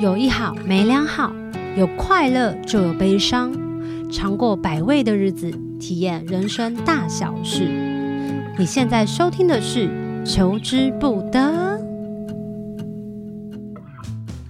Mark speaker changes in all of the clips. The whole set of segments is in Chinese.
Speaker 1: 有一好没两好，有快乐就有悲伤，尝过百味的日子，体验人生大小事。你现在收听的是《求之不得》。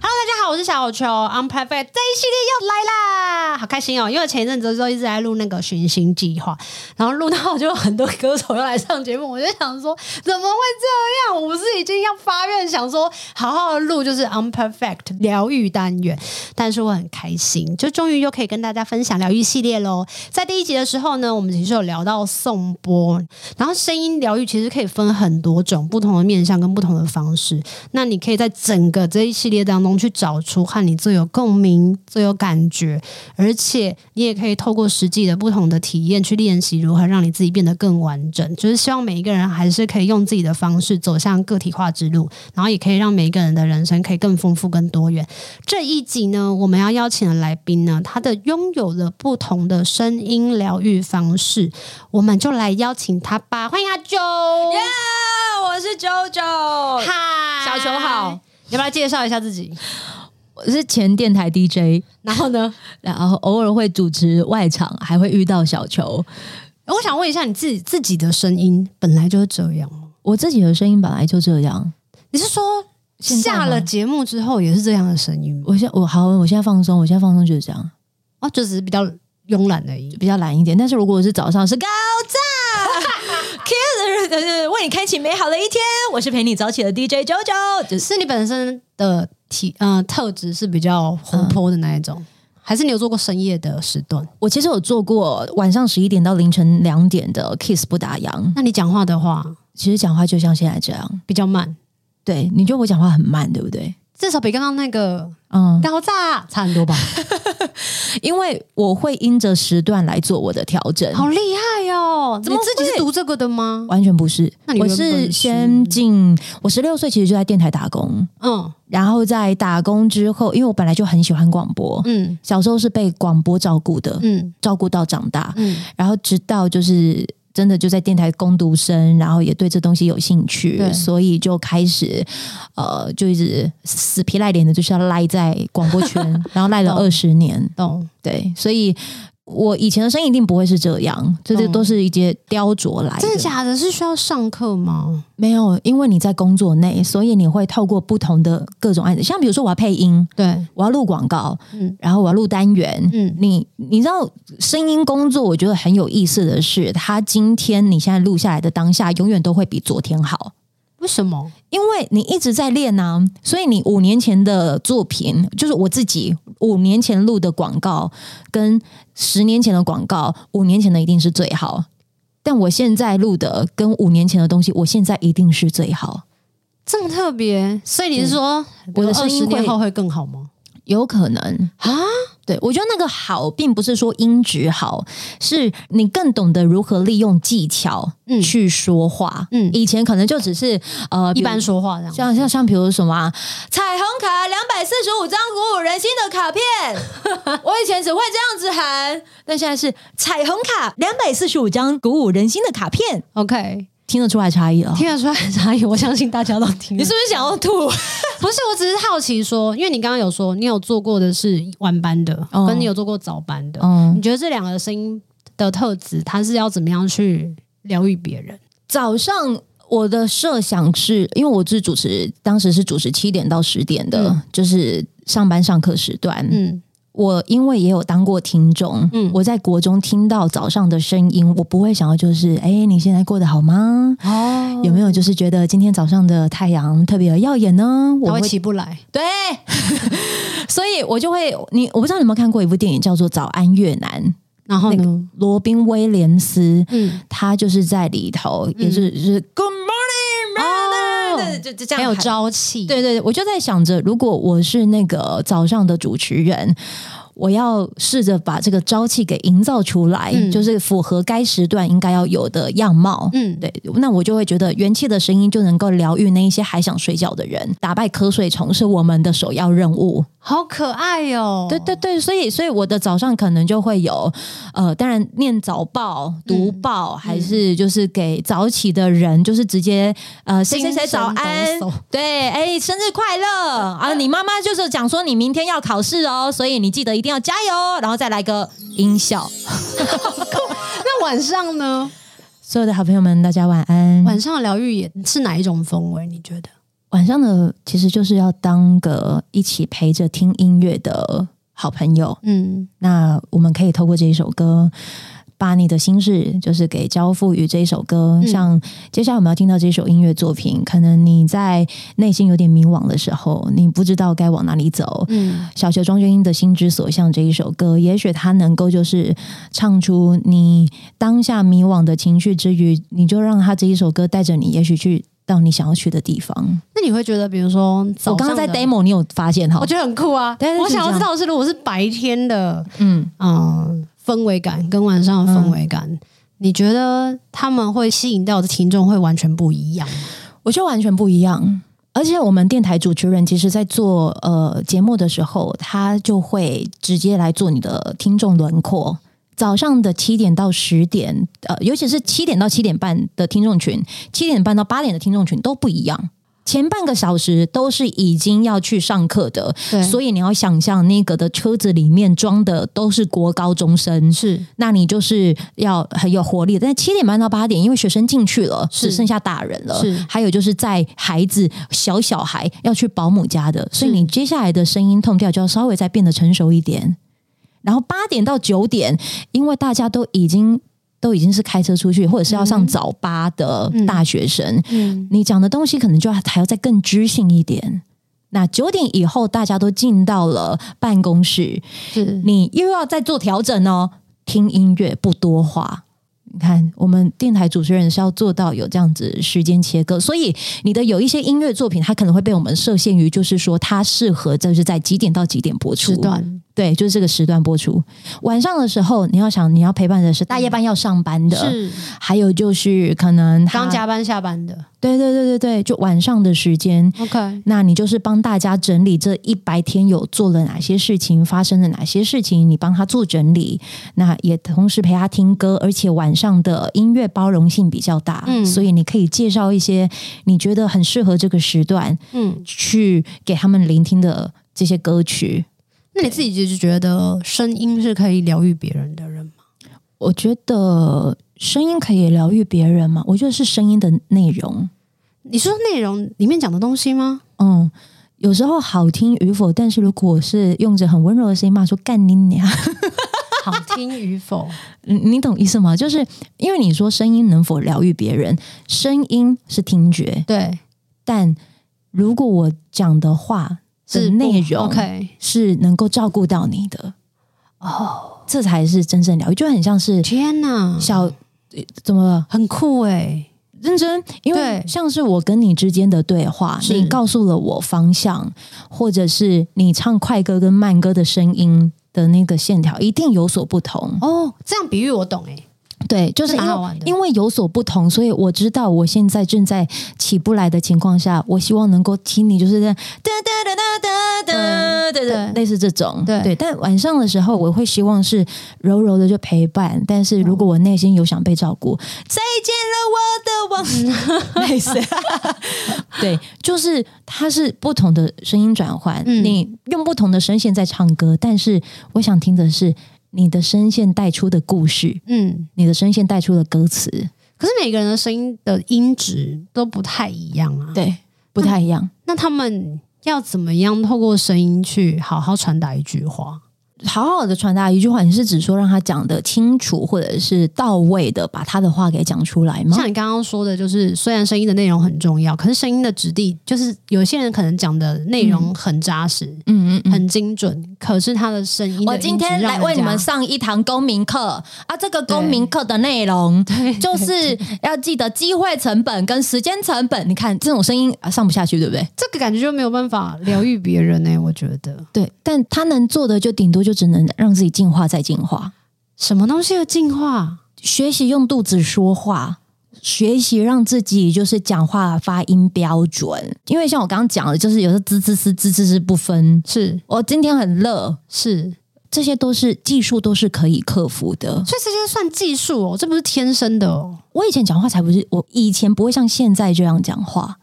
Speaker 1: Hello，大家好，我是小球，I'm Perfect，这一系列又来啦，好开心哦！因为前一阵子就一直在录那个寻星计划，然后录到就有很多歌手要来上节目，我就想说，怎么会这样？我不是已经要发愿想说，好好的录就是 unperfect 疗愈单元，但是我很开心，就终于又可以跟大家分享疗愈系列喽。在第一集的时候呢，我们其实有聊到颂钵，然后声音疗愈其实可以分很多种不同的面向跟不同的方式，那你可以在整个这一系列当中去找出和你最有共鸣、最有感觉，而且你也可以透过实际的不同的体验去练习如何让你自己变得更完整。就是希望每一个人还是可以用自己的方式走向个体化之路，然后也可以让每一个人的人生可以更丰富、更多元。这一集呢，我们要邀请的来宾呢，他的拥有了不同的声音疗愈方式，我们就来邀请他吧。欢迎阿九，
Speaker 2: 耶啊我是 JoJo，
Speaker 1: 嗨，
Speaker 2: 小球好，
Speaker 1: 要不要介绍一下自己？
Speaker 2: 我是前电台 DJ，
Speaker 1: 然后呢，
Speaker 2: 然后偶尔会主持外场，还会遇到小球。
Speaker 1: 我想问一下，你自己自己的声音本来就是这样吗？
Speaker 2: 我自己的声音本来就这样，
Speaker 1: 你是说
Speaker 2: 现在吗
Speaker 1: 下了节目之后也是这样的声音吗？
Speaker 2: 我现我好，我现在放松，我现在放松就是这样，
Speaker 1: 哦，就只是比较慵懒而已。
Speaker 2: 比较懒一点。但是如果我是早上是高赞，Kiss，为你开启美好的一天，我是陪你早起的 DJ JoJo，就是
Speaker 1: 是你本身的体呃特质是比较活泼的那一种，
Speaker 2: 嗯
Speaker 1: 还是你有做过深夜的时段？
Speaker 2: 我其实有做过晚上十一点到凌晨两点的 Kiss 不打烊，
Speaker 1: 那你讲话的话
Speaker 2: 其实讲话就像现在这样。
Speaker 1: 比较慢，
Speaker 2: 对，你觉得我讲话很慢，对不对？
Speaker 1: 至少比刚刚那个
Speaker 2: 嗯，
Speaker 1: 高炸差很多 吧？
Speaker 2: 因为我会因着时段来做我的调整。
Speaker 1: 好厉害哦！
Speaker 2: 怎么
Speaker 1: 你自己是
Speaker 2: 会
Speaker 1: 读这个的吗？
Speaker 2: 完全不是
Speaker 1: 那你，
Speaker 2: 我
Speaker 1: 原本是
Speaker 2: 先进。我十六岁其实就在电台打工，
Speaker 1: 嗯
Speaker 2: 然后在打工之后，因为我本来就很喜欢广播，
Speaker 1: 嗯
Speaker 2: 小时候是被广播照顾的，
Speaker 1: 嗯
Speaker 2: 照顾到长大，
Speaker 1: 嗯，
Speaker 2: 然后直到就是真的就在电台攻读生，然后也对这东西有兴趣
Speaker 1: 对，
Speaker 2: 所以就开始呃，就一直死皮赖脸的，就是要赖在广 播圈，然后赖了
Speaker 1: 懂
Speaker 2: 二十年。
Speaker 1: 懂。
Speaker 2: 对，所以我以前的声音一定不会是这样，这些
Speaker 1: 嗯
Speaker 2: 都是一些雕琢来的。
Speaker 1: 真的假的？是需要上课吗？
Speaker 2: 没有，因为你在工作内，所以你会透过不同的各种案子，像比如说我要配音，
Speaker 1: 对，
Speaker 2: 我要录广告，
Speaker 1: 嗯
Speaker 2: 然后我要录单元。
Speaker 1: 嗯，
Speaker 2: 你你知道声音工作，我觉得很有意思的是，它今天你现在录下来的当下，永远都会比昨天好。
Speaker 1: 为什么？
Speaker 2: 因为你一直在练啊，所以你五年前的作品，就是我自己五年前录的广告，跟十年前的广告，五年前的一定是最好。但我现在录的跟五年前的东西，我现在一定是最好，
Speaker 1: 这么特别？所以你是说
Speaker 2: 我的
Speaker 1: 嗯
Speaker 2: 声
Speaker 1: 二
Speaker 2: 音
Speaker 1: 十
Speaker 2: 会
Speaker 1: 年后会更好吗？
Speaker 2: 有可能
Speaker 1: 啊，
Speaker 2: 对我觉得那个好，并不是说音质好，是你更懂得如何利用技巧
Speaker 1: 嗯
Speaker 2: 去说话。
Speaker 1: 嗯
Speaker 2: 以前可能就只是呃，
Speaker 1: 一
Speaker 2: 比如
Speaker 1: 般说话这样。
Speaker 2: 像像像比如什么、啊、彩虹卡两百四十五张鼓舞人心的卡片， 我以前只会这样子喊，但现在是彩虹卡两百四十五张鼓舞人心的卡片，
Speaker 1: OK，
Speaker 2: 听得出来差异了。
Speaker 1: 听得出来差异，我相信大家都听
Speaker 2: 你
Speaker 1: 得
Speaker 2: 是不是想要吐？
Speaker 1: 不是，我只是好奇说，因为你刚刚有说你有做过的是晚班的，
Speaker 2: 哦
Speaker 1: 跟你有做过早班的，
Speaker 2: 嗯
Speaker 1: 你，觉得这两个声音的特质，它是要怎么样去疗愈别人？
Speaker 2: 早上我的设想是因为我是主持，当时是主持七点到十点的，
Speaker 1: 嗯
Speaker 2: 就是上班上课时段。
Speaker 1: 嗯
Speaker 2: 我因为也有当过听众，
Speaker 1: 嗯
Speaker 2: 我在国中听到早上的声音，我不会想要就是，哎、你现在过得好吗？
Speaker 1: 哦，
Speaker 2: 有没有就是觉得今天早上的太阳特别耀眼呢？我
Speaker 1: 他
Speaker 2: 会
Speaker 1: 会起不来，
Speaker 2: 对， 所以我就会你我不知道你有没有看过一部电影叫做《早安越南》，
Speaker 1: 然后呢？
Speaker 2: 罗宾威廉斯
Speaker 1: 嗯，
Speaker 2: 他就是在里头，也是就是 Good morning，
Speaker 1: 哦，
Speaker 2: 就就这
Speaker 1: 很有
Speaker 2: 样喊。
Speaker 1: 朝气，
Speaker 2: 对对对，我就在想着，如果我是那个早上的主持人，我要试着把这个朝气给营造出来，
Speaker 1: 嗯
Speaker 2: 就是符合该时段应该要有的样貌。
Speaker 1: 嗯，
Speaker 2: 对，那我就会觉得元气的声音就能够疗愈那一些还想睡觉的人，打败瞌睡虫是我们的首要任务。
Speaker 1: 好可爱哦哟、
Speaker 2: 对对对，所以所以我的早上可能就会有，呃，当然念早报、读
Speaker 1: 嗯
Speaker 2: 报，还是就是给早起的人，就是直接呃谁谁谁早安
Speaker 1: 精神抖擞，
Speaker 2: 对，哎，生日快乐 啊！你妈妈就是讲说你明天要考试哦，所以你记得一定要加油，哦然后再来个音效。
Speaker 1: 那晚上呢？
Speaker 2: 所有的好朋友们，大家晚安。
Speaker 1: 晚上的疗愈也是哪一种风味？你觉得？
Speaker 2: 晚上的其实就是要当个一起陪着听音乐的好朋友。
Speaker 1: 嗯
Speaker 2: 那我们可以透过这一首歌，把你的心事就是给交付于这一首歌。
Speaker 1: 嗯
Speaker 2: 像接下来我们要听到这首音乐作品，可能你在内心有点迷惘的时候，你不知道该往哪里走。
Speaker 1: 嗯
Speaker 2: 小学庄秀英的《心之所向》这一首歌，也许它能够就是唱出你当下迷惘的情绪之余，你就让它这一首歌带着你，也许去到你想要去的地方。
Speaker 1: 那你会觉得，比如说早
Speaker 2: 我刚刚
Speaker 1: 上
Speaker 2: 在
Speaker 1: 的
Speaker 2: demo，你有发现哈
Speaker 1: 我？觉得很酷啊！
Speaker 2: 对对
Speaker 1: 我想
Speaker 2: 是
Speaker 1: 要
Speaker 2: 这样
Speaker 1: 知道是如果是白天的
Speaker 2: 嗯，
Speaker 1: 嗯氛围感跟晚上的氛围感，你觉得他们会吸引到的听众会完全不一样吗？
Speaker 2: 我觉得完全不一样。而且我们电台主持人其实，在做呃节目的时候，他就会直接来做你的听众轮廓。早上的七点到十点，呃，尤其是七点到七点半的听众群，七点半到八点的听众群都不一样。前半个小时都是已经要去上课的，
Speaker 1: 对
Speaker 2: 所以你要想象那个的车子里面装的都是国高中生，
Speaker 1: 是
Speaker 2: 那你就是要很有活力。但七点半到八点，因为学生进去了，
Speaker 1: 是
Speaker 2: 只剩下大人了。
Speaker 1: 是
Speaker 2: 还有就是在孩子小小孩要去保姆家的，所以
Speaker 1: 是
Speaker 2: 你接下来的声音痛调就要稍微再变得成熟一点。然后八点到九点，因为大家都已经都已经是开车出去，或者是要上早八的大学生，
Speaker 1: 嗯
Speaker 2: 你讲的东西可能就还要再更知性一点。那九点以后，大家都进到了办公室，
Speaker 1: 是
Speaker 2: 你又要再做调整哦。听音乐不多话，你看我们电台主持人是要做到有这样子时间切割，所以你的有一些音乐作品，它可能会被我们设限于，就是说它适合就是在几点到几点播出
Speaker 1: 时，段
Speaker 2: 对，就是这个时段播出。晚上的时候，你要想你要陪伴的是大夜班要上班的，
Speaker 1: 嗯是
Speaker 2: 还有就是可能他
Speaker 1: 刚加班下班的嗯
Speaker 2: 对对对对对，就晚上的时间，
Speaker 1: ，OK，
Speaker 2: 那你就是帮大家整理这一白天有做了哪些事情，发生了哪些事情，你帮他做整理。那也同时陪他听歌，而且晚上的音乐包容性比较大，
Speaker 1: 嗯
Speaker 2: 所以你可以介绍一些你觉得很适合这个时段
Speaker 1: 嗯，
Speaker 2: 去给他们聆听的这些歌曲。
Speaker 1: 那你自己就觉得声音是可以疗愈别人的人吗？
Speaker 2: 我觉得声音可以疗愈别人嘛，我觉得是声音的内容。
Speaker 1: 你说内容里面讲的东西吗？
Speaker 2: 嗯，有时候好听与否，但是如果是用着很温柔的声音骂说“干你娘”，
Speaker 1: 好听与否，
Speaker 2: 你你懂意思吗？就是因为你说声音能否疗愈别人，声音是听觉，
Speaker 1: 对，
Speaker 2: 但如果我讲的话的
Speaker 1: 不
Speaker 2: 内容
Speaker 1: OK，
Speaker 2: 是能够照顾到你的，哦，这才是真正疗愈，就很像是
Speaker 1: 天哪，
Speaker 2: 小、呃怎么了？
Speaker 1: 很酷哎、
Speaker 2: 认真，因为
Speaker 1: 对
Speaker 2: 像是我跟你之间的对话，
Speaker 1: 是
Speaker 2: 你告诉了我方向，或者是你唱快歌跟慢歌的声音的那个线条一定有所不同。
Speaker 1: 哦，这样比喻我懂哎、
Speaker 2: 对，就是
Speaker 1: 这蛮
Speaker 2: 因为
Speaker 1: 好玩的
Speaker 2: 因为有所不同，所以我知道我现在正在起不来的情况下，我希望能够听你就是这样哒哒哒哒哒哒哒，
Speaker 1: 对
Speaker 2: 类似这种。
Speaker 1: 对
Speaker 2: 但晚上的时候，我会希望是柔柔的就陪伴，但是
Speaker 1: 嗯
Speaker 2: 如果我内心有想被照 顾，再见了我的王，类似。对，就是它是不同的声音转换，
Speaker 1: 嗯
Speaker 2: 你用不同的声线在唱歌，但是我想听的是你的声线带出的故事。
Speaker 1: 嗯，
Speaker 2: 你的声线带出了歌词，
Speaker 1: 可是每个人的声音的音质都不太一样啊，
Speaker 2: 对，不太一样。
Speaker 1: 那他们要怎么样透过声音去好好传达一句话？
Speaker 2: 好好的传达一句话，你是指说让他讲的清楚，或者是到位的把他的话给讲出来吗？
Speaker 1: 像你刚刚说的，就是虽然声音的内容很重要，可是声音的质地，就是有些人可能讲的内容很扎实、
Speaker 2: 嗯嗯嗯。
Speaker 1: 很精准，可是他的声音的
Speaker 2: 我今天来为你们上一堂公民课啊，这个公民课的内 容就是要记得机会成本跟时间成本。你看这种声音、啊、上不下去，对不对？
Speaker 1: 欸这个感觉就没有办法疗愈别人呢、我觉得
Speaker 2: 对，但他能做的就顶多就只能让自己进化再进化，
Speaker 1: 什么东西的进化？
Speaker 2: 学习用肚子说话。学习让自己就是讲话发音标准，因为像我刚刚讲的，就是有时候滋滋滋滋滋滋不分。
Speaker 1: 是
Speaker 2: 我今天很热，
Speaker 1: 是，
Speaker 2: 这些都是技术，都是可以克服的。
Speaker 1: 所以这些算技术哦，这不是天生的哦。
Speaker 2: 我以前讲话才不是，我以前不会像现在这样讲话。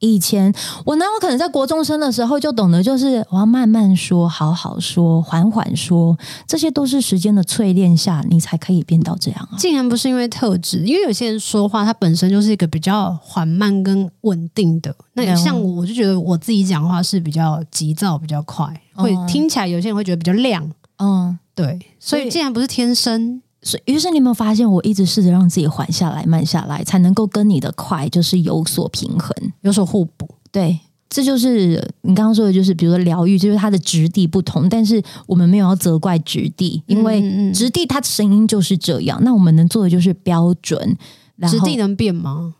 Speaker 2: 以前我哪有可能在国中生的时候就懂得，就是我要慢慢说、好好说、缓缓说，这些都是时间的淬炼下，你才可以变到这样啊。
Speaker 1: 竟然不是因为特质，因为有些人说话他本身就是一个比较缓慢跟稳定的。那
Speaker 2: 嗯
Speaker 1: 像我，我就觉得我自己讲话是比较急躁、比较快，会
Speaker 2: 嗯
Speaker 1: 听起来有些人会觉得比较亮。
Speaker 2: 嗯，
Speaker 1: 对，所以
Speaker 2: 对
Speaker 1: 竟然不是天生，
Speaker 2: 所以于是你有没有发现，我一直试着让自己缓下来、慢下来，才能够跟你的快就是有所平衡。
Speaker 1: 有所互补。
Speaker 2: 对，这就是你刚刚说的，就是比如说疗愈，就是它的质地不同，但是我们没有要责怪质地，因为
Speaker 1: 嗯嗯嗯
Speaker 2: 质地它声音就是这样。那我们能做的就是标准。然后
Speaker 1: 质地能变吗？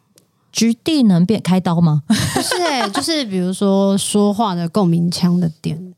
Speaker 2: 质地能变开刀吗？
Speaker 1: 不是、欸， 就是比如说说话的共鸣腔的点，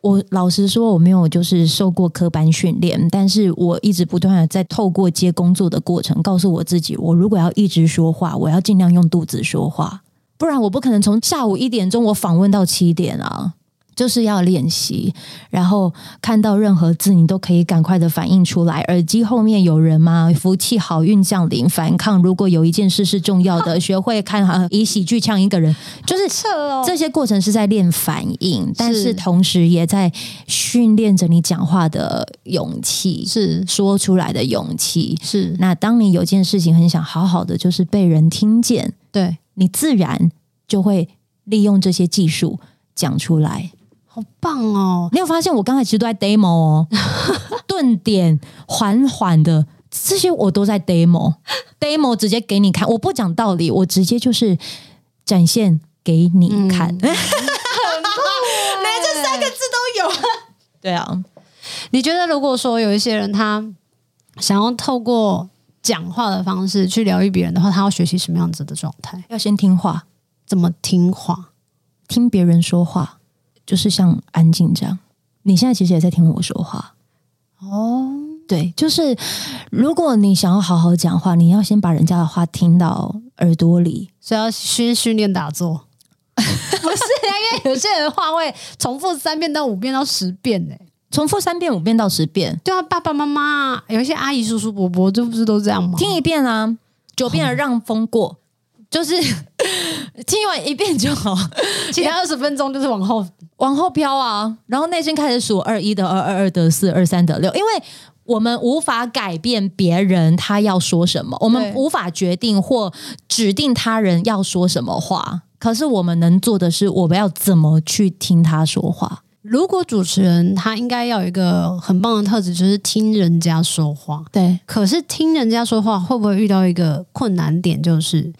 Speaker 2: 我老实说，我没有就是受过科班训练，但是我一直不断的在透过接工作的过程，告诉我自己，我如果要一直说话，我要尽量用肚子说话，不然我不可能从下午一点钟我访问到七点啊。就是要练习，然后看到任何字，你都可以赶快的反应出来。耳机后面有人吗？福气好运降临，反抗。如果有一件事是重要的，学会看啊，以喜剧呛一个人，就是
Speaker 1: 扯哦
Speaker 2: 这些过程是在练反应，但
Speaker 1: 是
Speaker 2: 是同时也在训练着你讲话的勇气，
Speaker 1: 是
Speaker 2: 说出来的勇气。
Speaker 1: 是，
Speaker 2: 那当你有件事情很想好好的，就是被人听见，
Speaker 1: 对，
Speaker 2: 你自然就会利用这些技术讲出来。
Speaker 1: 好棒 哦。
Speaker 2: 你有发现我刚才其实都在 demo 哦， 顿点缓缓的。这些我都在 demo，demo 直接给你看，我不讲道理，我直接就是展现给你看。
Speaker 1: 嗯 连这三个字都有，
Speaker 2: 对啊，
Speaker 1: 你觉得如果说有一些人他想要透过讲话的方式去疗愈别人的话，他要学习什么样子的状态？
Speaker 2: 要先听话，
Speaker 1: 怎么听话？
Speaker 2: 听别人说话，就是像安静这样。你现在其实也在听我说话，
Speaker 1: 哦，
Speaker 2: 对，就是如果你想要好好讲话，你要先把人家的话听到耳朵里。
Speaker 1: 所以要先训练打坐。 不是啊，因为有些人话会重复三遍到五遍到十遍欸呢、
Speaker 2: 重复三遍、五遍到十遍，
Speaker 1: 对啊，爸爸妈妈有一些阿姨、叔叔、伯伯，这不是都这样吗？
Speaker 2: 听一遍啊，九遍的让风过，就是 听完一遍就好，
Speaker 1: 其他二十分钟就是往后
Speaker 2: 往后飘啊，然后内心开始数二一的二二二的四二三的六，因为我们无法改变别人他要说什么，我们
Speaker 1: 对
Speaker 2: 无法决定或指定他人要说什么话。可是我们能做的是，我们要怎么去听他说话？
Speaker 1: 如果主持人他应该要有一个很棒的特质，就是听人家说话。
Speaker 2: 对，
Speaker 1: 可是听人家说话，会不会遇到一个困难点，就是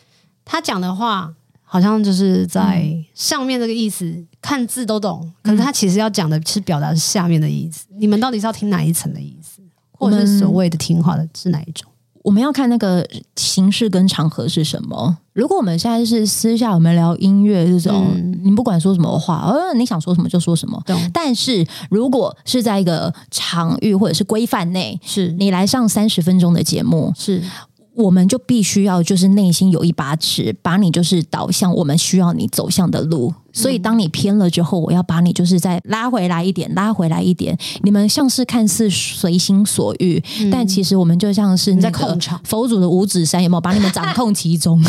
Speaker 1: 他讲的话好像就是在上面这个意思，看字都懂，可是他其实要讲的是表达是下面的意思。你们到底是要听哪一层的意思，或者
Speaker 2: 我
Speaker 1: 是
Speaker 2: 们
Speaker 1: 所谓的听话的是哪一种？
Speaker 2: 我们要看那个形式跟场合是什么。如果我们现在是私下我们聊音乐这种，你不管说什么话，呃，你想说什么就说什么。
Speaker 1: 懂
Speaker 2: 但是如果是在一个场域或者是规范内，
Speaker 1: 是
Speaker 2: 你来上三十分钟的节目，
Speaker 1: 是
Speaker 2: 我们就必须要就是内心有一把尺，把你就是导向我们需要你走向的路。所以当你偏了之后，我要把你就是再拉回来一点，拉回来一点。你们像是看似随心所欲，但其实我们就像是
Speaker 1: 嗯你在
Speaker 2: 那个
Speaker 1: 控场
Speaker 2: 佛祖的五指山，有没有把你们掌控 其中？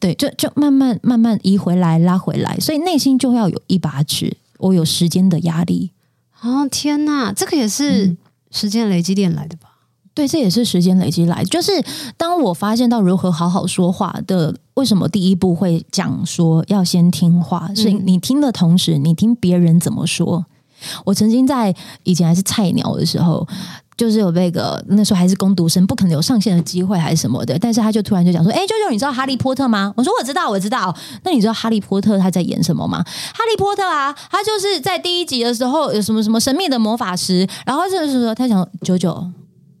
Speaker 2: 对，就就慢慢慢慢移回来，拉回来。所以内心就要有一把尺，我有时间的压力。
Speaker 1: 哦，天哪，这个也是时间累积练来的吧？
Speaker 2: 对，这也是时间累积来。就是当我发现到如何好好说话的，为什么第一步会讲说要先听话？是你听的同时，你听别人怎么说。我曾经在以前还是菜鸟的时候，就是有那个那时候还是攻读生，不可能有上线的机会还是什么的，但是他就突然就讲说：“哎、舅舅，你知道哈利波特吗？”我说：“我知道，我知道。”那你知道哈利波特他在演什么吗？哈利波特啊，他就是在第一集的时候有什么什么神秘的魔法师，然后就是说他想九九。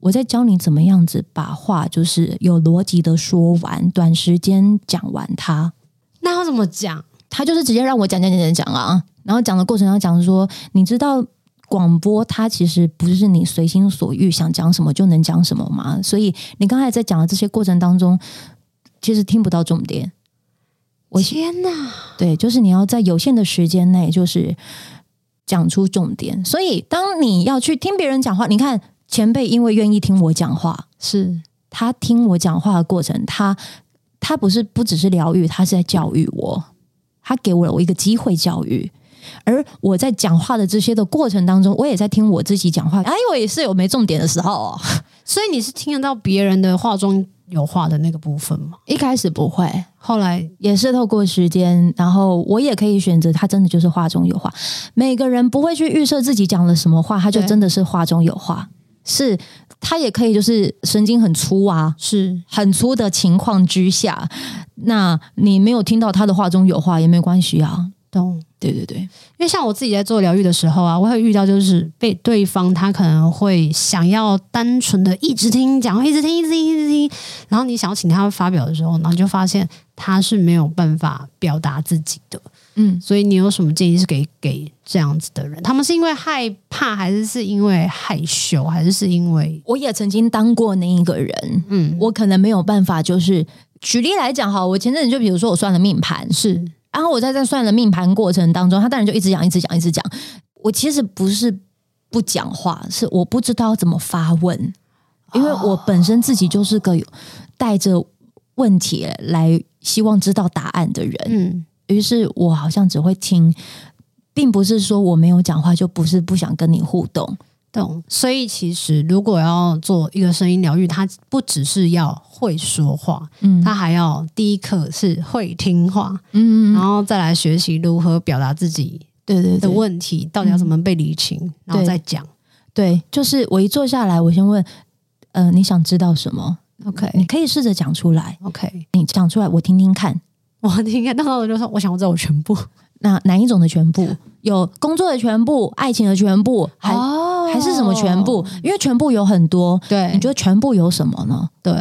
Speaker 2: 我在教你怎么样子把话就是有逻辑的说完，短时间讲完它。
Speaker 1: 那要怎么讲？
Speaker 2: 他就是直接让我讲讲讲讲讲啊，然后讲的过程中讲说，你知道广播它其实不是你随心所欲想讲什么就能讲什么嘛，所以你刚才在讲的这些过程当中，其实听不到重点。我
Speaker 1: 天哪！
Speaker 2: 对，就是你要在有限的时间内，就是讲出重点。所以，当你要去听别人讲话，你看前辈因为愿意听我讲话，
Speaker 1: 是
Speaker 2: 他听我讲话的过程，他他不是不只是疗愈，他是在教育我，他给我了我一个机会教育。而我在讲话的这些的过程当中，我也在听我自己讲话。哎，我也是有没重点的时候哦。
Speaker 1: 所以你是听得到别人的话中有话的那个部分吗？
Speaker 2: 一开始不会，
Speaker 1: 后来
Speaker 2: 也是透过时间，然后我也可以选择，他真的就是话中有话。每个人不会去预设自己讲了什么话，他就
Speaker 1: 对
Speaker 2: 真的是话中有话。是他也可以就是神经很粗啊，
Speaker 1: 是
Speaker 2: 很粗的情况之下，那你没有听到他的话中有话也没关系啊。
Speaker 1: 懂。
Speaker 2: 对对对，
Speaker 1: 因为像我自己在做疗愈的时候啊，我会遇到就是被对方他可能会想要单纯的一直听你讲，一直听，一直听，一直听。然后你想要请他发表的时候，然后你就发现他是没有办法表达自己的。
Speaker 2: 嗯，
Speaker 1: 所以你有什么建议是给给这样子的人？他们是因为害怕，还是是因为害羞，还是是因为
Speaker 2: 我也曾经当过那一个人，
Speaker 1: 嗯
Speaker 2: 我可能没有办法，就是举例来讲哈，我前阵子就比如说我算了命盘，
Speaker 1: 是
Speaker 2: 然后我在这算了命盘过程当中，他当然就一直讲，一直讲，一直讲。我其实不是不讲话，是我不知道怎么发问，因为我本身自己就是个有带着问题来希望知道答案的人，
Speaker 1: 嗯
Speaker 2: 于是我好像只会听，并不是说我没有讲话就不是不想跟你互动。
Speaker 1: 懂？所以其实如果要做一个声音疗愈，它不只是要会说话，
Speaker 2: 嗯
Speaker 1: 它还要第一课是会听话，
Speaker 2: 嗯，
Speaker 1: 然后再来学习如何表达自己
Speaker 2: 对对嗯
Speaker 1: 的
Speaker 2: 对，
Speaker 1: 问题，到底要怎么被理清，然后再讲。
Speaker 2: 对，就是我一坐下来，我先问，呃，你想知道什么？你
Speaker 1: OK
Speaker 2: 可以试着讲出来，
Speaker 1: OK，
Speaker 2: 你讲出来我听听看。
Speaker 1: 我应该到时候我就说，我想要知道我全部
Speaker 2: 那哪一种的全部？有工作的全部，爱情的全部，还、
Speaker 1: 哦
Speaker 2: 还是什么全部？因为全部有很多，
Speaker 1: 对，
Speaker 2: 你觉得全部有什么呢？
Speaker 1: 对，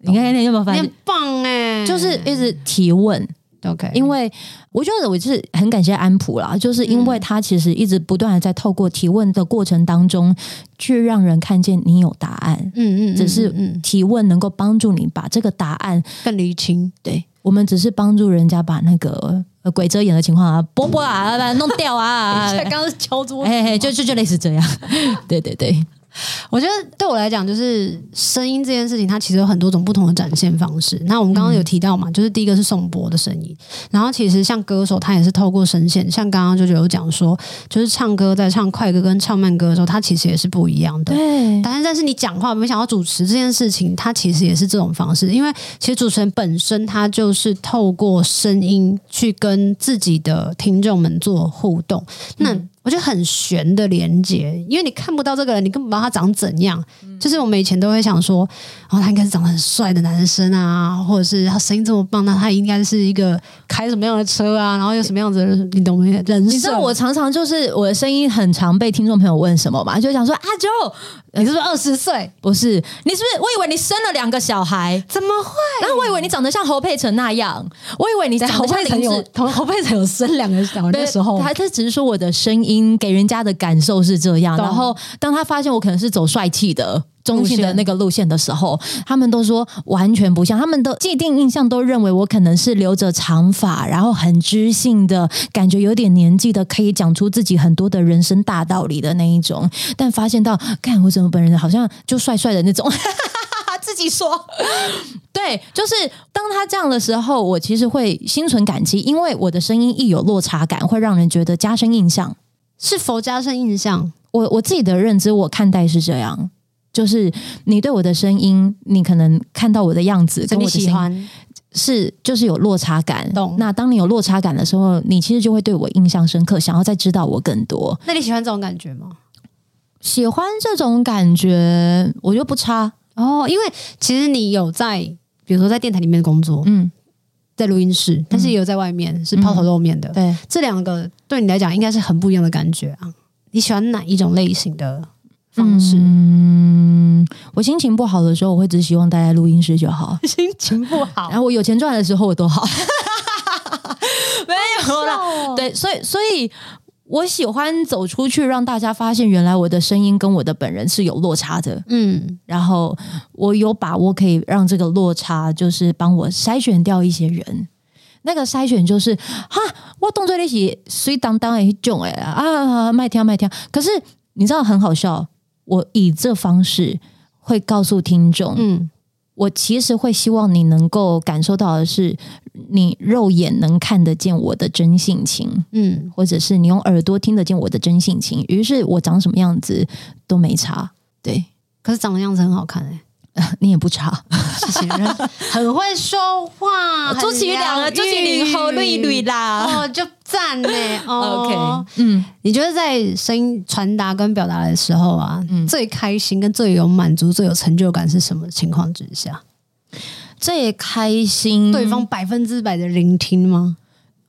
Speaker 2: 你看你有没有发
Speaker 1: 你很
Speaker 2: 现？嗯
Speaker 1: 棒哎、
Speaker 2: 就是一直提问，
Speaker 1: OK，
Speaker 2: 因为我觉得我是很感谢安普啦，就是因为他其实一直不断的在透过提问的过程当中，去让人看见你有答案。
Speaker 1: 嗯嗯，
Speaker 2: 只是
Speaker 1: 嗯
Speaker 2: 提问能够帮助你把这个答案，
Speaker 1: 更厘清。
Speaker 2: 对 我们只是帮助人家把那个呃鬼遮眼的情况啊，波波啊，把它弄掉 啊，
Speaker 1: 刚刚是敲桌
Speaker 2: 哎、哎，就就就类似这样， 对对对，
Speaker 1: 我觉得对我来讲，就是声音这件事情，它其实有很多种不同的展现方式。那我们刚刚有提到嘛，就是第一个是颂钵的声音，然后其实像歌手，他也是透过声线，像刚刚就有讲说，就是唱歌在唱快歌跟唱慢歌的时候，它其实也是不一样的。
Speaker 2: 对
Speaker 1: 但是，但是你讲话没想到主持这件事情，它其实也是这种方式，因为其实主持人本身他就是透过声音去跟自己的听众们做互动，那我觉得很悬的连接，因为你看不到这个人，你根本不知道他长怎样。就是我们以前都会想说，哦，他应该是长得很帅的男生啊，或者是他声音这么棒，那他应该是一个开什么样的车啊，然后有什么样子的，你懂没？人
Speaker 2: 你知
Speaker 1: 设
Speaker 2: 道我常常就是啊我的声音很常被听众朋友问什么嘛，就想说啊阿九、
Speaker 1: 你是不是二十岁？
Speaker 2: 呃不是你是不是？我以为你生了两个小孩，
Speaker 1: 怎么会？
Speaker 2: 然后我以为你长得像侯佩岑那样，我以为你
Speaker 1: 对
Speaker 2: 长
Speaker 1: 侯
Speaker 2: 得像
Speaker 1: 佩岑
Speaker 2: 林
Speaker 1: 有
Speaker 2: 志。
Speaker 1: 侯侯佩岑有生两个小孩那时候，
Speaker 2: 他他只是说我的声音给人家的感受是这样，
Speaker 1: 懂
Speaker 2: 然后当他发现我可能是走帅气的中性的那个路线的时候，他们都说完全不像，他们的既定印象都认为我可能是留着长发，然后很知性的感觉，有点年纪的，可以讲出自己很多的人生大道理的那一种，但发现到，看我怎么本人好像就帅帅的那种。 自己说，对，就是当他这样的时候，我其实会心存感激，因为我的声音一有落差感，会让人觉得加深印象。
Speaker 1: 是佛家生印象，
Speaker 2: 我我自己的认知，我看待是这样，就是你对我的声音，你可能看到我的样子
Speaker 1: 所
Speaker 2: 跟
Speaker 1: 以
Speaker 2: 我
Speaker 1: 你
Speaker 2: 的声
Speaker 1: 喜
Speaker 2: 音
Speaker 1: 欢
Speaker 2: 是就是有落差感。
Speaker 1: 懂
Speaker 2: 那当你有落差感的时候，你其实就会对我印象深刻，想要再知道我更多。
Speaker 1: 那你喜欢这种感觉吗？
Speaker 2: 喜欢这种感觉，我觉得不差。
Speaker 1: 哦，因为其实你有在，比如说在电台里面工作，
Speaker 2: 嗯，
Speaker 1: 在录音室，但是也有在外面是抛头露面的，
Speaker 2: 对。
Speaker 1: 这两个对你来讲应该是很不一样的感觉啊。你喜欢哪一种类型的方式？
Speaker 2: 嗯，我心情不好的时候，我会只希望待在录音室就好。
Speaker 1: 心情不好
Speaker 2: 然，后我有钱赚的时候，我都好。没有啦，
Speaker 1: 哦
Speaker 2: 对，所以所以我喜欢走出去，让大家发现原来我的声音跟我的本人是有落差的。
Speaker 1: 嗯，
Speaker 2: 然后我有把握可以让这个落差，就是帮我筛选掉一些人。那个筛选就是哈，我动作力是水当当的那种哎啊，卖跳卖跳。可是你知道很好笑，我以这方式会告诉听众，
Speaker 1: 嗯，
Speaker 2: 我其实会希望你能够感受到的是，你肉眼能看得见我的真性情，
Speaker 1: 嗯，
Speaker 2: 或者是你用耳朵听得见我的真性情。于是我长什么样子都没差，对
Speaker 1: 可是长的样子很好看哎、
Speaker 2: 你也不差。
Speaker 1: 谢谢，很会说话，
Speaker 2: 朱其
Speaker 1: 两
Speaker 2: 两个，朱其林好绿绿啦。
Speaker 1: 哦，就赞呢、 哦
Speaker 2: OK，嗯，
Speaker 1: 你觉得在声音传达跟表达的时候啊，
Speaker 2: 嗯
Speaker 1: 最开心跟最有满足、最有成就感是什么情况之下？
Speaker 2: 最开心。
Speaker 1: 对方百分之百的聆听吗？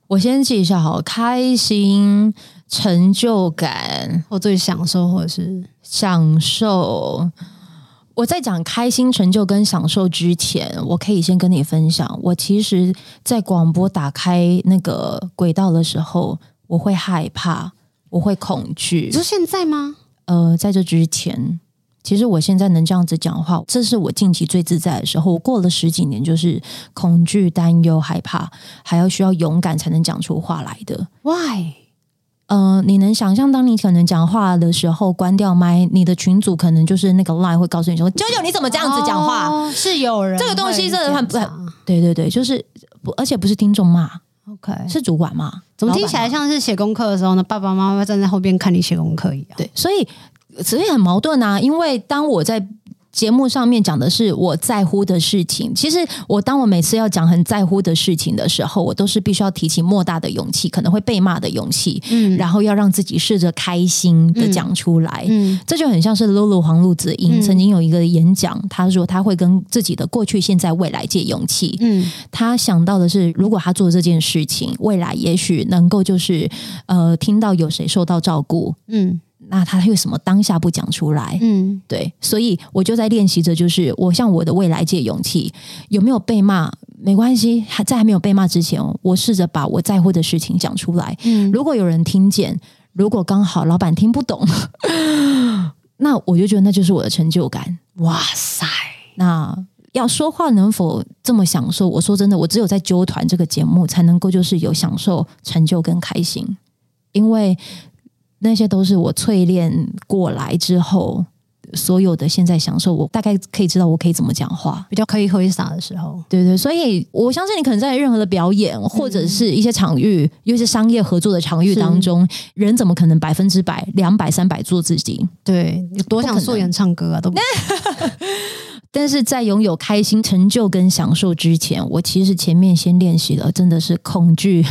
Speaker 2: 我先记一下好，开心、成就感、
Speaker 1: 或最享受，或者是
Speaker 2: 享受。我在讲开心、成就跟享受之前，我可以先跟你分享，我其实，在广播打开那个轨道的时候，我会害怕，我会恐惧
Speaker 1: 你。说现在吗？
Speaker 2: 呃，在这之前，其实我现在能这样子讲话，这是我近期最自在的时候。我过了十几年，就是恐惧、担忧、害怕，还要需要勇敢才能讲出话来的。
Speaker 1: Why？
Speaker 2: 呃，你能想象，当你可能讲话的时候关掉麦，你的群主可能就是那个 line 会告诉你说：“舅舅，你怎么这样子讲话？”
Speaker 1: 哦是有人
Speaker 2: 这个东西真的很
Speaker 1: 会检查
Speaker 2: 对对对，就是不，而且不是听众
Speaker 1: 哦
Speaker 2: 骂，
Speaker 1: 啊 OK。
Speaker 2: 是主管骂，
Speaker 1: 怎么
Speaker 2: 老板
Speaker 1: 听起来
Speaker 2: 骂
Speaker 1: 像是写功课的时候呢？爸爸妈妈站在后边看你写功课一样。
Speaker 2: 对，所以所以很矛盾啊，因为当我在。节目上面讲的是我在乎的事情。其实我当我每次要讲很在乎的事情的时候，我都是必须要提起莫大的勇气，可能会被骂的勇气，
Speaker 1: 嗯
Speaker 2: 然后要让自己试着开心的讲出来。
Speaker 1: 嗯
Speaker 2: 这就很像是露露黄露子英、
Speaker 1: 嗯
Speaker 2: 曾经有一个演讲，她说她会跟自己的过去、现在、未来借勇气。
Speaker 1: 嗯
Speaker 2: 他想到的是，如果他做这件事情，未来也许能够就是呃，听到有谁受到照顾，
Speaker 1: 嗯
Speaker 2: 那他为什么当下不讲出来？
Speaker 1: 嗯
Speaker 2: 对，所以我就在练习着，就是我向我的未来借勇气。有没有被骂没关系，还在还没有被骂之前，我试着把我在乎的事情讲出来。
Speaker 1: 嗯，
Speaker 2: 如果有人听见，如果刚好老板听不懂， 那我就觉得那就是我的成就感。
Speaker 1: 哇塞！
Speaker 2: 那要说话能否这么享受？我说真的，我只有在纠团这个节目才能够就是有享受、成就跟开心，因为那些都是我淬炼过来之后所有的现在享受，我大概可以知道我可以怎么讲话。
Speaker 1: 比较可以挥洒的时候，
Speaker 2: 对对，所以我相信你可能在任何的表演或者是一些场域，尤其是商业合作的场域
Speaker 1: 嗯是
Speaker 2: 当中，人怎么可能百分之百、两百、三百做自己？
Speaker 1: 对，有多想素颜唱歌啊，都不
Speaker 2: 但是在拥有开心、成就跟享受之前，我其实前面先练习了，真的是恐惧，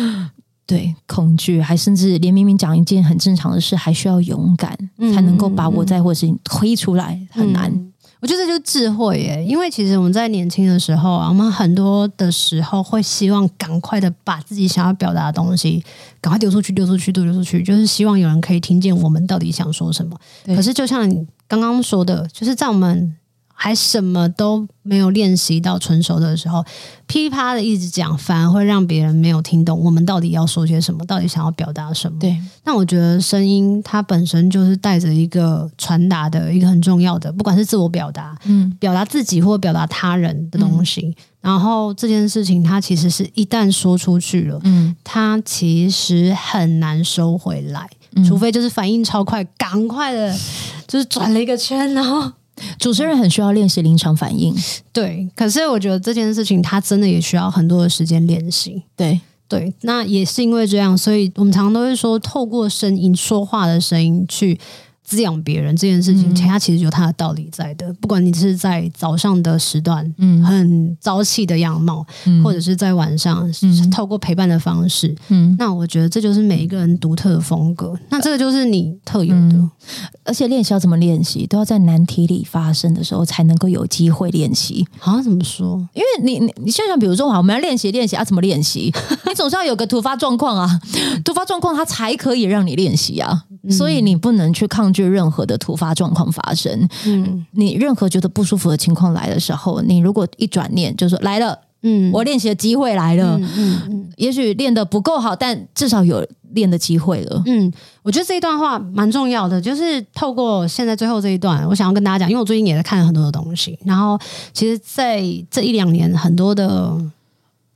Speaker 2: 对恐惧，还甚至连明明讲一件很正常的事，还需要勇敢，
Speaker 1: 嗯
Speaker 2: 才能够把我在乎的事情推出来，很难。
Speaker 1: 嗯我觉得这就是智慧耶，因为其实我们在年轻的时候啊，我们很多的时候会希望赶快的把自己想要表达的东西赶快丢出去，丢出去，丢出去，就是希望有人可以听见我们到底想说什么。
Speaker 2: 对
Speaker 1: 可是就像你刚刚说的，就是在我们还什么都没有练习到成熟的时候，噼啪的一直讲，反而会让别人没有听懂我们到底要说些什么，到底想要表达什么。
Speaker 2: 对，
Speaker 1: 那我觉得声音它本身就是带着一个传达的一个很重要的，不管是自我表达、
Speaker 2: 嗯，
Speaker 1: 表达自己或表达他人的东西。然后这件事情，它其实是一旦说出去了，
Speaker 2: 嗯，
Speaker 1: 它其实很难收回来，
Speaker 2: 嗯
Speaker 1: 除非就是反应超快，赶快的，就是转了一个圈，然后
Speaker 2: 主持人很需要练习临场反应，
Speaker 1: 对。可是我觉得这件事情，它真的也需要很多的时间练习。
Speaker 2: 对，
Speaker 1: 对，那也是因为这样，所以我们常常都会说，透过声音说话的声音去滋养别人这件事情，它其实有它的道理在的。不管你是在早上的时段，
Speaker 2: 嗯
Speaker 1: 很朝气的样貌，
Speaker 2: 嗯
Speaker 1: 或者是在晚上，透过陪伴的方式，
Speaker 2: 嗯，
Speaker 1: 那我觉得这就是每一个人独特的风格。那这个就是你特有的，
Speaker 2: 而且练习要怎么练习，都要在难题里发生的时候才能够有机会练习。
Speaker 1: 好像怎么说？
Speaker 2: 因为你你你就像比如说，好，我们要练习练习啊，怎么练习？ 你总是要有个突发状况啊，突发状况它才可以让你练习啊，
Speaker 1: 嗯
Speaker 2: 所以你不能去抗拒任何的突发状况发生。
Speaker 1: 嗯
Speaker 2: 你任何觉得不舒服的情况来的时候，你如果一转念就说来了，
Speaker 1: 嗯，
Speaker 2: 我练习的机会来了。
Speaker 1: 嗯嗯嗯
Speaker 2: 也许练的不够好，但至少有练的机会了。
Speaker 1: 嗯，我觉得这一段话蛮重要的，就是透过现在最后这一段，我想要跟大家讲，因为我最近也在看很多的东西，然后其实在这一两年，很多的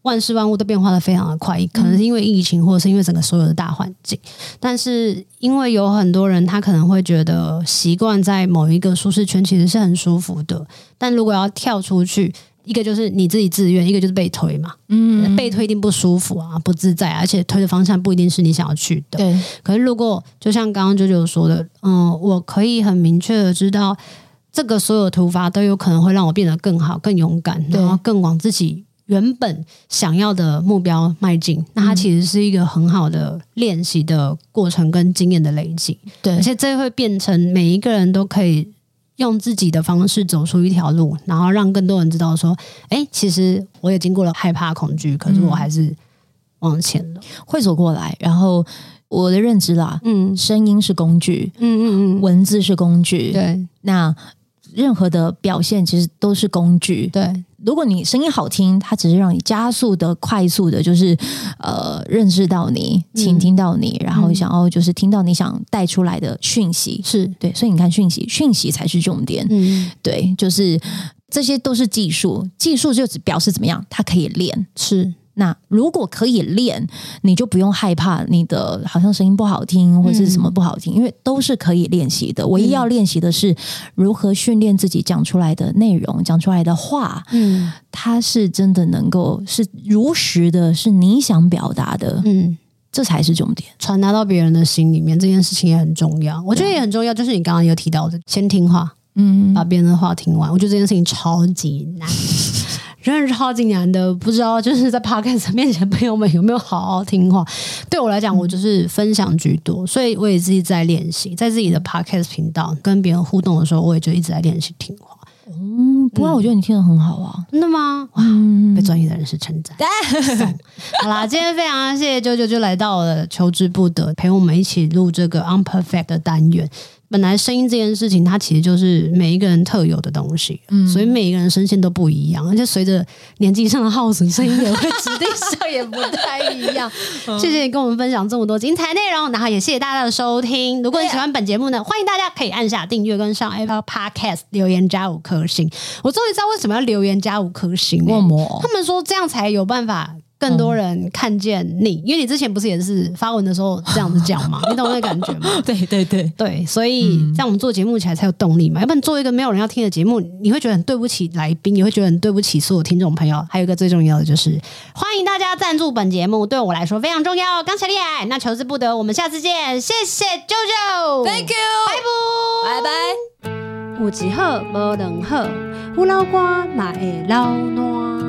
Speaker 1: 万事万物都变化的非常的快，可能是因为疫情，或者是因为整个所有的大环境，但是因为有很多人他可能会觉得习惯在某一个舒适圈其实是很舒服的，但如果要跳出去。一个就是你自己自愿，一个就是被推嘛，嗯，被推一定不舒服啊，不自在啊，而且推的方向不一定是你想要去的，
Speaker 2: 对，
Speaker 1: 可是如果就像刚刚九九说的，嗯，我可以很明确的知道，这个所有突发都有可能会让我变得更好、更勇敢，
Speaker 2: 对
Speaker 1: 然后更往自己原本想要的目标迈进。那它其实是一个很好的练习的过程跟经验的累积，
Speaker 2: 对
Speaker 1: 而，且这会变成每一个人都可以。用自己的方式走出一条路，然后让更多人知道说，哎、其实我也经过了害怕、恐惧，可是我还是往前了。
Speaker 2: 会走过来。然后我的认知啦，
Speaker 1: 嗯
Speaker 2: 声音是工具，
Speaker 1: 嗯嗯嗯，
Speaker 2: 文字是工具，。
Speaker 1: 对
Speaker 2: 那任何的表现其实都是工具。
Speaker 1: 对，
Speaker 2: 如果你声音好听，它只是让你加速的、快速的，就是呃认识到你、
Speaker 1: 嗯
Speaker 2: 倾听到你，然后想要就是听到你想带出来的讯息。
Speaker 1: 是，
Speaker 2: 对，所以你看讯息，讯息才是重点。
Speaker 1: 嗯，
Speaker 2: 对，就是这些都是技术，技术就只表示怎么样，它可以练。
Speaker 1: 是，
Speaker 2: 那如果可以练，你就不用害怕你的好像声音不好听或是什么不好听，因为都是可以练习的。唯一要练习的是如何训练自己讲出来的内容、讲出来的话，
Speaker 1: 嗯
Speaker 2: 它是真的能够是如实的，是你想表达的，
Speaker 1: 嗯，
Speaker 2: 这才是重点。
Speaker 1: 传达到别人的心里面，这件事情也很重要。我觉得也很重要，就是你刚刚有提到的，先听话，
Speaker 2: 嗯，
Speaker 1: 把别人的话听完。我觉得这件事情超级 难，真的超级难的。不知道就是在 podcast 面前的朋友们有没有好好听话？对我来讲，我就是分享居多，所以我也自己在练习，在自己的 podcast 频道跟别人互动的时候，我也就一直在练习听话。
Speaker 2: 嗯不过我觉得你听得很好啊。
Speaker 1: 真的吗？哇，被专业的人士称赞。送好啦，今天非常谢谢九九就来到了求之不得，陪我们一起录这个 unperfect 的单元。本来声音这件事情，它其实就是每一个人特有的东西，所以每一个人声线都不一样，而且随着年纪上的耗损，声音也会质地上也不太一样。
Speaker 2: 嗯
Speaker 1: 谢谢你跟我们分享这么多精彩内容，然后也谢谢大家的收听。如果你喜欢本节
Speaker 2: 嗯
Speaker 1: 目呢，欢迎大家可以按下订阅跟上 Apple Podcast 留言加五颗星。我终于知道为什么要留言加五颗星、欸，
Speaker 2: 为什么嗯
Speaker 1: 他们说这样才有办法。更多人看见你，因为你之前不是也是发文的时候这样子讲 嘛，你懂我那感觉吗？
Speaker 2: 对对对，
Speaker 1: 对，所以这样我们做节目起来才有动力嘛，要不然做一个没有人要听的节目，你会觉得很对不起来宾，也会觉得很对不起所有听众朋友。还有一个最重要的就是，欢迎大家赞助本节目，对我来说非常重要。刚才厉害，那求之不得，我们下次见，谢谢舅舅
Speaker 2: Thank you，
Speaker 1: 拜拜。
Speaker 2: 拜拜。
Speaker 1: 有一好无两好，有老瓜嘛会老烂。